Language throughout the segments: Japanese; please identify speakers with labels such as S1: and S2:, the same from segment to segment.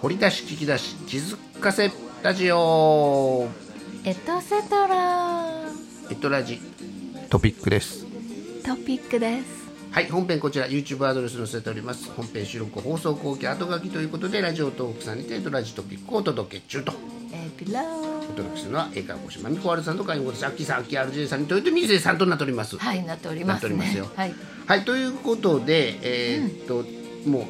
S1: 掘り出し聞き出し気づかせラジオ
S2: エトセトラ
S1: エトラジトピックです
S2: トピックです
S1: はい本編こちら YouTube アドレス載せております本編収録放送後期後書きということでラジオトークさんにてエトラジトピックをお届け中と
S2: エピロー
S1: お届けするのは英会話講師まみこわるさんと会員講師アッキーさんアッキー RJ さんにといてみずえさんとなっております
S2: はいなっており
S1: な
S2: ま
S1: って
S2: す
S1: おり
S2: ね
S1: ますよ
S2: はい
S1: はいということでえーっと、もう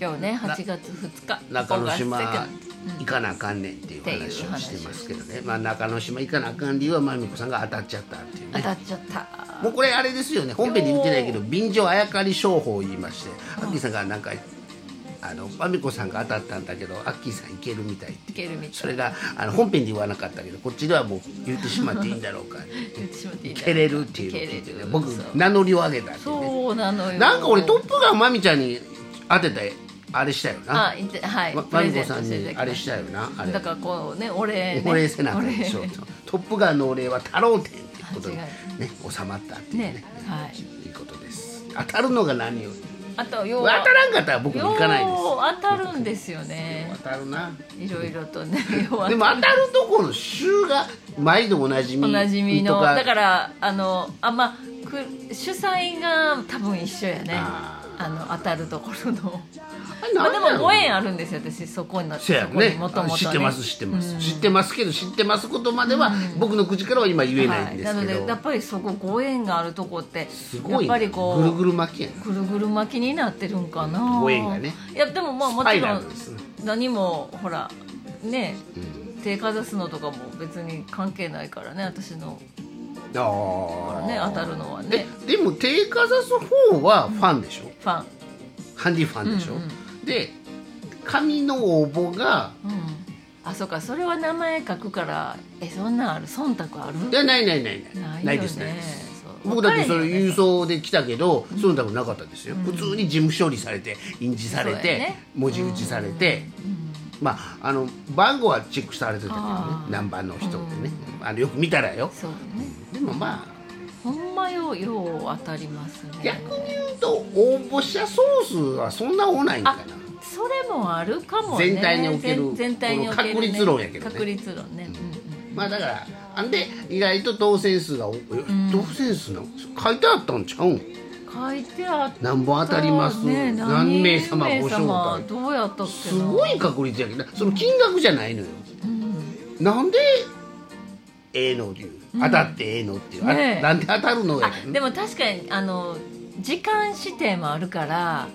S2: 今日ね8月2日
S1: 中之島
S2: オーガス
S1: 行かなあかんねんっていう話をしてますけどね、まあ、中之島行かなあかん理由はまみこさんが当たっちゃったっていう
S2: 当
S1: ね
S2: たっちゃった
S1: もうこれあれですよね本編で言ってないけど便乗あやかり商法を言いましてアッキーさんがなんかあのまみこさんが当たったんだけどアッキーさんいけるみたいって
S2: いけるみ
S1: そ
S2: たい
S1: れがあの本編で言わなかったけどこっちではもう言ってしまっていいんだろうかって言って
S2: 言ってしまっていいんだ
S1: 蹴れるっていうのを聞いて
S2: 蹴れ
S1: ね
S2: る
S1: 僕
S2: そう
S1: 名乗りを上げたっていうね
S2: そうなのよ
S1: なんか俺「トップガン」まみちゃんに当てたあれしたよな
S2: あいてはい
S1: ま
S2: プ
S1: ま
S2: レ
S1: み
S2: ゼ
S1: こ
S2: ント
S1: さん
S2: してい
S1: に
S2: だ
S1: あれ
S2: きま
S1: し
S2: した
S1: よなあれ
S2: だからこうねお礼ね
S1: お礼せなあかんでしょ
S2: お
S1: う
S2: 礼
S1: トップガンのお礼は太郎店っていうことに
S2: 間違
S1: ね収まったっていうね
S2: ねはい
S1: いいことです当たるのが何より
S2: あと
S1: 当
S2: 要は
S1: たらんかったら僕も
S2: よ
S1: 行かないで
S2: う当たるんですよね
S1: す当たるない
S2: ろいろとねよう
S1: でも当たるとこの週が毎度おなじみ
S2: おなじみの
S1: とか
S2: だからあのあまあく主催が多分一緒やね
S1: あ
S2: あの当たるところの
S1: あれ
S2: まあ
S1: なん
S2: で
S1: やろ
S2: もご縁あるんですよ私そこにな
S1: せや
S2: そ
S1: ろ
S2: こに
S1: ね
S2: もともとね
S1: 知ってます知ってます、知ってますけど知ってますことまでは僕の口からは今言えないんです
S2: は
S1: け
S2: い、な
S1: ど、
S2: のでやっぱりそこご縁があるとこって
S1: すごい、ね、
S2: やっぱりこう
S1: ぐるぐる巻きやん
S2: ぐるぐる巻きになってるんかな
S1: ご縁がね
S2: いやでもまあも
S1: スパ
S2: ち
S1: イ
S2: ろ
S1: ラ
S2: ん
S1: ルですね
S2: 何もほらね手かざすのとかも別に関係ないからね私の
S1: ああ
S2: ね当たるのはね
S1: えでも手かざす方はファンでしょ、
S2: ファン
S1: ハンディファンでしょ、
S2: うんう
S1: で紙の応募が
S2: うんあそうかそれは名前書くからえそんなんある忖度ある
S1: いやないないないない
S2: ないよ
S1: で
S2: ね
S1: すないです
S2: そう
S1: 僕だってそれ
S2: 分かれへん
S1: 郵
S2: よね
S1: 送で来たけど、その多分なかったですよ、普通に事務処理されて印字され
S2: そう
S1: て、
S2: やね
S1: 文字打ちされて、
S2: うん
S1: まああの番号はチェックされてたけどね
S2: あー
S1: 何番の人ってね、あのよく見たらよ
S2: そうね
S1: でもまあ
S2: ほんまよよう当たりますね
S1: 逆に言うと応募者総数はそんな多ないんかな
S2: あそれもあるかもね
S1: 全体における
S2: 全全体における、ね、
S1: この確率論やけどね
S2: 確率論ね、うん
S1: まあだからあんで意外と当選数が多いえ当選数の書いてあったんちゃうん
S2: うん、書いてあった
S1: 何本当たります、
S2: ね
S1: 何名様
S2: 何
S1: ご
S2: 名
S1: 招
S2: 様
S1: 待
S2: どうやったっけな
S1: すごい確率やけどその金額じゃないのよ
S2: うん
S1: なんでええのっていう当たってええのっていう、あ
S2: ねえ
S1: なんで当たるのや
S2: あ
S1: けどね
S2: でも確かにあの時間指定もあるから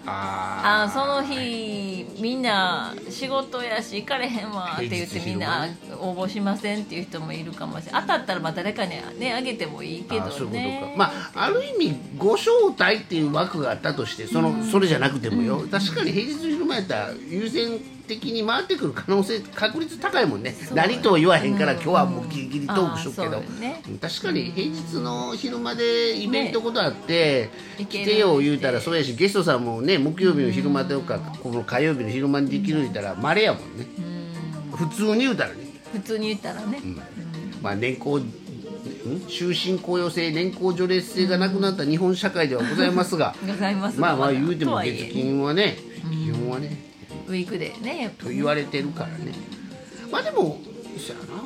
S1: あ
S2: あーその日、
S1: はい
S2: みんな仕事やし行かれへんわって言って
S1: 平日
S2: みん
S1: 昼間
S2: な
S1: ね
S2: 応募しませんっていう人もいるかもしれない当たったらまあ誰かにはねあげてもいいけど
S1: あーそういうこと
S2: ね
S1: かまあある意味ご招待っていう枠があったとしてそのそれじゃなくてもよ、確かに平日昼間やったら優先的に回ってくる可能性確率高いもんね
S2: そう
S1: 何とは言わへんから、
S2: うん
S1: 今日はもうギリギリトークしようけど
S2: あーそうよね
S1: 確かに平日の昼間でイベントことあって、
S2: ね
S1: 来てよ言うたらそうやしゲストさんもね木曜日の昼間とか、この火曜日の昼間にできる言うたらまれやもんね、普通に言うたらね
S2: 普通に言ったらね、
S1: まあ、年功ん終身雇用制年功序列制がなくなった日本社会ではございますが
S2: ございますが
S1: まあまあ
S2: だ
S1: 言うて
S2: と
S1: も
S2: はいえ
S1: 月金はね基本はね
S2: ウィークでねやっぱ
S1: と言われてるからねまあでもそやな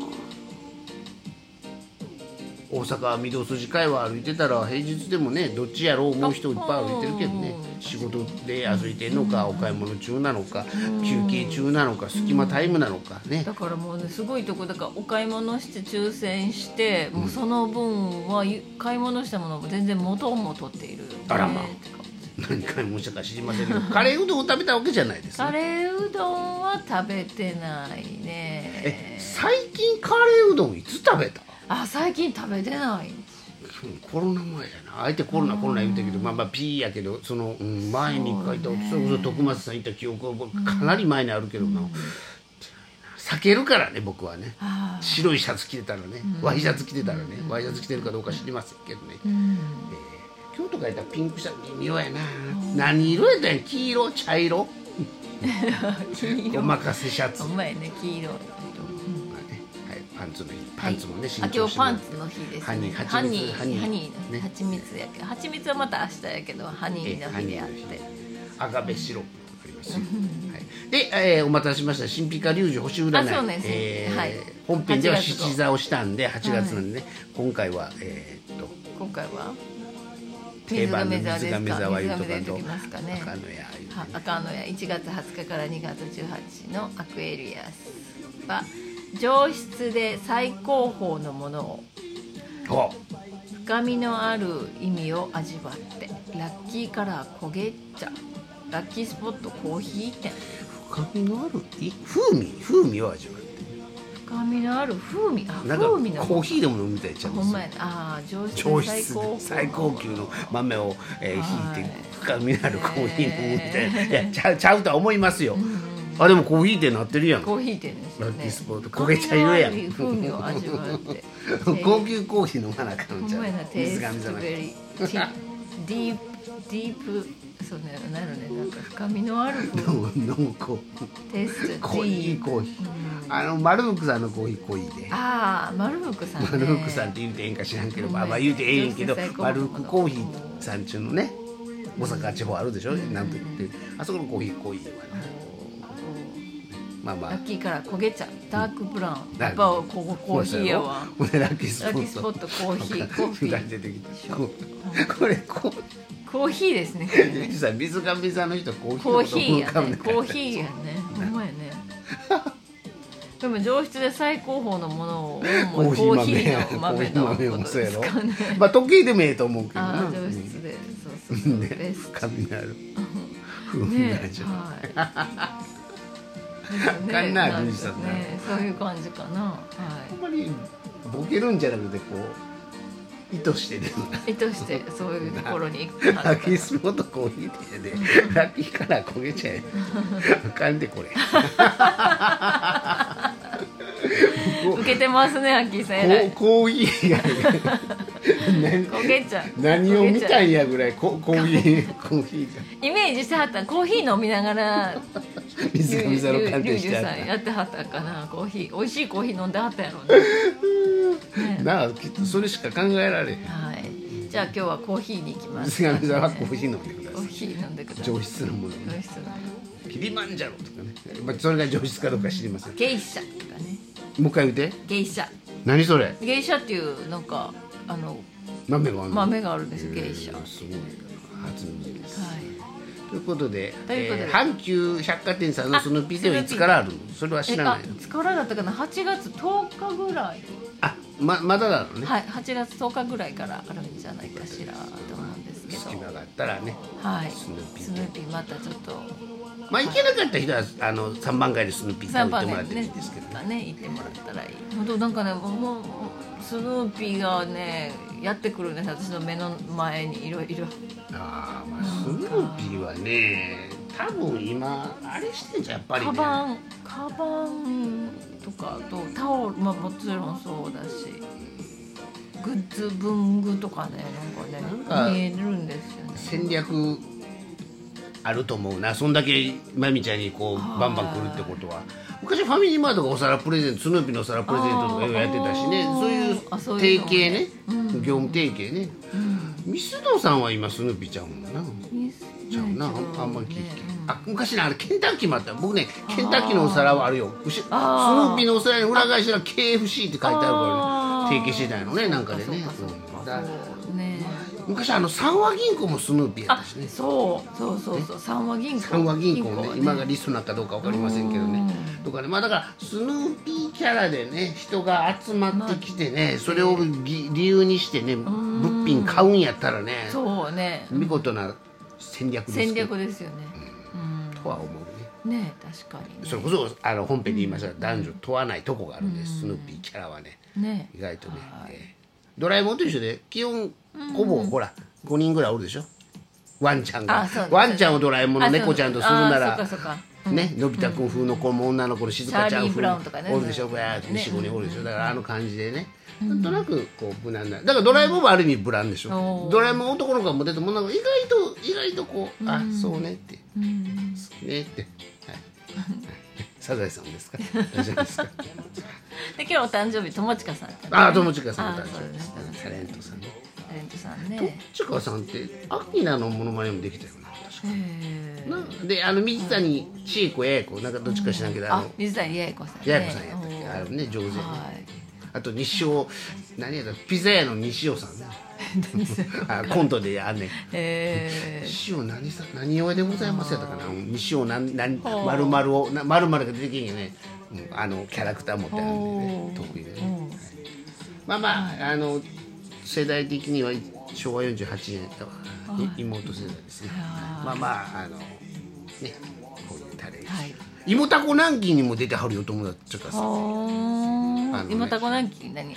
S1: 大阪御堂筋会は歩いてたら平日でもねどっちやろう思う人いっぱい歩いてるけどね仕事で歩いてんのかお買い物中なのか休憩中なのか隙間タイムなのかね
S2: だからもうねすごいとこだからお買い物して抽選して、もうその分はゆ買い物したものも全然元も取っている、ね、
S1: あらま何回もしたか知りませんけどカレーうどんを食べたわけじゃないですね
S2: カレーうどんは食べてないね
S1: え最近カレーうどんいつ食べた
S2: あ最近食べてない
S1: コロナ前やなあえてコロナコロナ言うてるけどまあまあピーやけどその、うん前に書いたそ,、れこそ徳松さん行った記憶は僕かなり前にあるけどな、避けるからね僕はね
S2: あ
S1: 白いシャツ着てたらね、ワイシャツ着てたらね、ワイシャツ着てるかどうか知りませんけどね、
S2: ーうん
S1: 今日とかやったらピンクシャツ微妙やな、何色やったんや黄色茶色
S2: 黄
S1: お
S2: 色
S1: 任せシャツ、
S2: お
S1: ま
S2: 前ね黄色
S1: あねはい、パンツの日パンツもね、新
S2: あ
S1: 調
S2: 今
S1: してもらっ
S2: 日パン
S1: て
S2: ツの日です
S1: ハニー
S2: ハニー
S1: ハ
S2: ハ
S1: ニー
S2: ニー
S1: ね
S2: ハチミツやけどハチミツはまた明日やけどハニーの日であ
S1: ええハ
S2: っ
S1: ニーの
S2: て
S1: 日赤べ白ありますよ、はい、で、えーお待たせしました神秘家龍二星占い、
S2: あそうですね
S1: えー
S2: はい
S1: 本編では
S2: 8月号
S1: 七座をしたんで8月なんで、ね今回はえーっと
S2: 今回は
S1: 定番の水
S2: 亀
S1: 亀
S2: 座
S1: 沢
S2: です
S1: 湯とか
S2: か水亀座
S1: と
S2: 言うときますかね
S1: 赤のや湯
S2: は赤のや1月20日から2月18のアクエリアスは上質で最高峰のものを
S1: お
S2: 深みのある意味を味わってラッキーカラー焦げ茶ラッキースポットコーヒー店
S1: 深みのあるい風味風味を味わう
S2: 深みのある風味あ
S1: なんか
S2: 風味の
S1: コーヒーでも飲みたいちゃうん
S2: ほ
S1: で
S2: ん
S1: す
S2: ま
S1: よ
S2: やなあー上質
S1: 上
S2: で最
S1: 質
S2: 高
S1: で最高級の豆を、えー、
S2: はい
S1: 引いて深みのあるコーヒー飲むみたいな、
S2: ね
S1: いやちゃうちゃうとは思いますよ、あでもコーヒーってなってるやん
S2: コーヒー店ですよね
S1: ラッキースポット焦げ茶色やん
S2: 深みのある風味を味わって
S1: 高級コーヒー飲まなあかん
S2: ほん
S1: じゃん
S2: まやなテイ
S1: 水
S2: スト
S1: 神じゃなく
S2: ベ
S1: て
S2: リーティディープディープそうねなるねなんか深みのある風味
S1: 飲む飲むコ
S2: テイスト
S1: ー
S2: デ
S1: ヒー
S2: ィー
S1: コーヒーあの丸福さんのコーヒーコーヒーで
S2: ああ丸福さんね
S1: 丸福さんって言うてええんか知らんけど、まあ、まあ言うてええんけど丸福コーヒーさんちゅうのね大阪地方あるでしょ、なんと言ってあそこのコーヒーコーヒーはなまあま
S2: ラ
S1: あ
S2: ッキーカラー焦げ茶ダークブラウン
S1: な
S2: やっぱここコーヒーやわ
S1: これラッキースポッ
S2: ラッ
S1: ト
S2: キースポットコーヒーコーヒ
S1: なんか
S2: ー
S1: 出てきたここれこ
S2: コーヒーですねこ
S1: う
S2: れ ね
S1: ゆきさん水上座の人コーヒー
S2: コーヒー
S1: の
S2: や
S1: こと思い
S2: ね
S1: 浮か
S2: コ
S1: べ
S2: ーヒーやねほんまやねでも上質で最高峰のものを
S1: コーヒ
S2: コ
S1: ー
S2: ー
S1: 豆
S2: ヒーの豆の
S1: コーヒー
S2: こ
S1: も
S2: と
S1: そう
S2: で
S1: や
S2: す
S1: ろ
S2: かね
S1: まあ時計でもええと思うけど
S2: あ
S1: な
S2: あ上質でそうそうそう
S1: ね
S2: ベス
S1: 深みのある
S2: ト
S1: 風味
S2: ね
S1: の味わい
S2: はいですね
S1: かんな
S2: なん
S1: ル
S2: か
S1: イさんな
S2: ねそういう感じかなは
S1: あんまりボケるんじゃなくてこう意図してる
S2: い意図してそういうところに行くは
S1: ラ
S2: ず
S1: ッキースポットコーヒーでねラッキーカラー焦げちゃえあかんでこれ
S2: 受けてますねアッキーさん偉い
S1: コーヒーが何
S2: 焦げちゃう
S1: 何を見た
S2: い
S1: んやぐらいココーヒーコーヒーが
S2: イメージしてはったコーヒー飲みながら
S1: 水上座の鑑定して
S2: リュウジ
S1: あっ
S2: さん
S1: た
S2: やってはったかなコーヒー美味しいコーヒー飲んではったやろうねね
S1: なあきっとそれしか考えられへん
S2: はいじゃあ今日はコーヒーに行きます
S1: 水上座はコーヒー
S2: ー
S1: 飲んでくだ
S2: コー
S1: さ
S2: ヒー飲んでくだ
S1: い
S2: さい
S1: 上質なもの
S2: 上質な
S1: キリマンジャロとかね、まあ、それが上質かどうか知りませんも
S2: ゲイシャとかね
S1: う一回言うて
S2: ゲイシャ
S1: 何それ
S2: ゲイシャっていうなんかあの
S1: 豆があるの
S2: 豆があるんです芸者
S1: えーすごい初耳です、
S2: はい
S1: ということで
S2: ということで
S1: えー阪急百貨店さんのそのビデオいつからあるのそれは知
S2: え
S1: ら
S2: あ
S1: ない
S2: いつからだったかな8月10日ぐらい
S1: あままだなのね、
S2: はい8月10日ぐらいからあるんじゃないかしらと思うんですけど
S1: 隙間があったらね
S2: はい
S1: スヌーピー
S2: スヌーピーまたちょっと
S1: まあ行けなかった人はあの3番街でスヌーピーさん
S2: 3
S1: 行っ
S2: 番
S1: てもら
S2: ね
S1: ってもいいですけど、ね、
S2: ね行ってもらったらいい本当なんかねもうスヌーピーがねやってくるんです私の目の前にいろいろ
S1: あーまあスヌーピーはね多分今あれしてんじゃんやっぱり
S2: カ
S1: ね
S2: バンカバンとかあとタオルまあもちろんそうだしグッズ文具とかねなん
S1: な
S2: か
S1: んか
S2: ね見えるんですよね
S1: 戦略あると思うなそんだけまみちゃんにこう
S2: はい
S1: バンバン来るってことは昔ファミリーマートがお皿プレゼントスヌーピーのお皿プレゼントとかようやってたしね
S2: あー
S1: そういう
S2: あそうい
S1: 提
S2: う
S1: 携
S2: のもね
S1: ね業務提携ね、ミスドさんは今スヌーピーちゃうもんな
S2: ミス
S1: ちゃうな、
S2: ね違う
S1: あんまり聞いて
S2: ねうん
S1: あ昔なあれケンタッキーもあった僕ねケンタッキーのお皿はあるようしスヌ
S2: あー
S1: ーピーのお皿に裏返しが KFC って書いてあるから
S2: あー
S1: ね提携してたんやろねなんかでね
S2: そうかそう
S1: うん
S2: か
S1: だ
S2: そうね
S1: 昔あの三和銀行もスヌーピーやっ
S2: あ
S1: たしね
S2: そうそうそうそう三和銀行
S1: 三和銀行ね
S2: は
S1: 今がリストなんかどうか分かりませんけどねとかねまあだからスヌーピーキャラでね人が集まってきてねそれをぎ理由にしてね物品買うんやったらね
S2: そうね
S1: 見事な戦略です
S2: 戦
S1: けど
S2: 略ですよねうん
S1: とは思うね
S2: ね確かに
S1: それこそあの本編で言いましたが男女問わないとこがあるんです、スヌーピーキャラはね
S2: ね
S1: 意外とね、えードラえもんと一緒で基本ほぼほら5人ぐらいおるでしょワンちゃんが
S2: あそうです
S1: ワンちゃんをドラえもんの
S2: あそう
S1: 猫ちゃんとするな
S2: あ
S1: ら
S2: そっかそっか
S1: ね、のび太くん風の子も女の子の静香ちゃん
S2: チャーリーブ
S1: 風
S2: ラウンとかね
S1: おるでしょ、こうやって
S2: ね
S1: 四五人おるでしょだからあの感じでねなんとなくこう無難なだからドラえもんもある意味ブランでしょ
S2: おー
S1: ドラえもん男の子がモテてもなんか意外と意外とこうあそうねって
S2: うん
S1: 好きねって はいサザエさんですか大丈夫ですか
S2: で今日お誕生日友近さん
S1: ああ友近さんの誕
S2: あそう
S1: 生日
S2: で
S1: ですすタレントさんね
S2: タレントさん
S1: とっ
S2: ね
S1: ちかさんってアキナのモノマネもできたよな確か
S2: へえ
S1: なであの水谷千恵子ややこなんかどっちか知らんけどあ
S2: あ
S1: の
S2: 水谷八重子さんね
S1: ややこさんやったっけあれもね上手やねあと西尾何やったピザ屋の西尾さ んねあコントであんねん
S2: え
S1: 西尾何さ何親でございますやったかな西尾なんなん
S2: ほう
S1: まるまるをなまるまるが出てきんよね、うんあのキャラクター持ってあるんでね
S2: ほう
S1: 得意でね、
S2: うん
S1: まあまああの世代的には昭和48年やったわ、い妹世代ですね
S2: はい
S1: まあまああのねこういうタレント、
S2: はい
S1: 芋タコ南京にも出てはるよ友達とかさあの
S2: は
S1: ね
S2: 今タコなんき何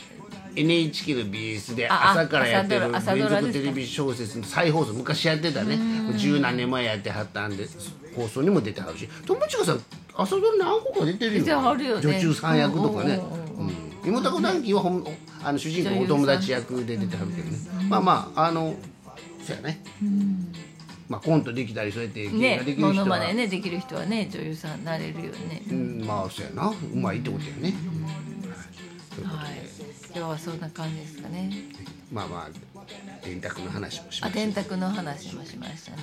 S1: NHK の BS で
S2: あ
S1: 朝からやってる
S2: 朝ド
S1: 連
S2: ラ
S1: 続テレビ小説の再放送昔やってたね十何年前やってはったんで放送にも出てはるし友近さん朝ドラ何個か出てるよ
S2: 出てはるよね
S1: 女中さん役とかね
S2: うんうん
S1: うん妹子談義はほんあの主人公お友達役で出てはるけどねまあまああのそうやねまあコントできたりそうやって芸が
S2: ね
S1: でき
S2: モ
S1: る
S2: ノ
S1: 人
S2: マ
S1: は
S2: ネねできる人はね女優さんになれるよね
S1: うんまあそうやなうまいってことやねということ
S2: はい今日はそんな感じですかね
S1: でまあまあ電卓の話もし
S2: あ
S1: ました
S2: 電卓の話もしましたね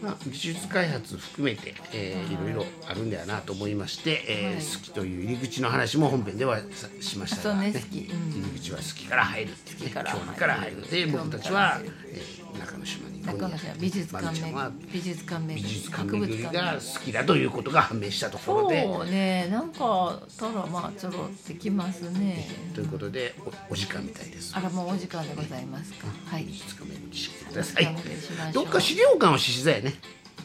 S1: まあ、技術開発含めて、えーいろいろあるんだよなと思いまして、えー
S2: はい
S1: 好きという入り口の話も本編ではさしましたが、
S2: そうね好きうん
S1: 入り口は好きから入るっていうね
S2: 好きから
S1: 興味から入るで僕たちは、えー中之島に行こう
S2: 中野さん美術
S1: ま
S2: 館
S1: みちゃんは
S2: め美術館め
S1: 美術館
S2: 博物
S1: 巡り
S2: 館
S1: が
S2: め
S1: 好きだということが判明したところで
S2: そうねなんかたらまあちょろってきますね
S1: ということでおお時間みたいです
S2: あ。らもうお時間でございますかはい
S1: 美術館巡りしてください。
S2: 美術館巡りしましょう
S1: どっか資料館は獅子座やね。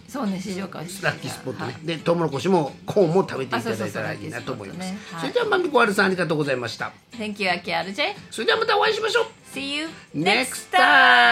S2: そうね市場価ス
S1: ラッキースポットね、でトウモロコシもコーンも食べていた
S2: あそ
S1: だ
S2: う
S1: い
S2: そ
S1: た
S2: う
S1: らいいなと思いますそ
S2: ラッキースポットねはい
S1: れではまみこはるさんありがとうございました
S2: Thank you, AKRJ.
S1: それではまたお会いしましょ
S2: See you
S1: う NEXT
S2: time!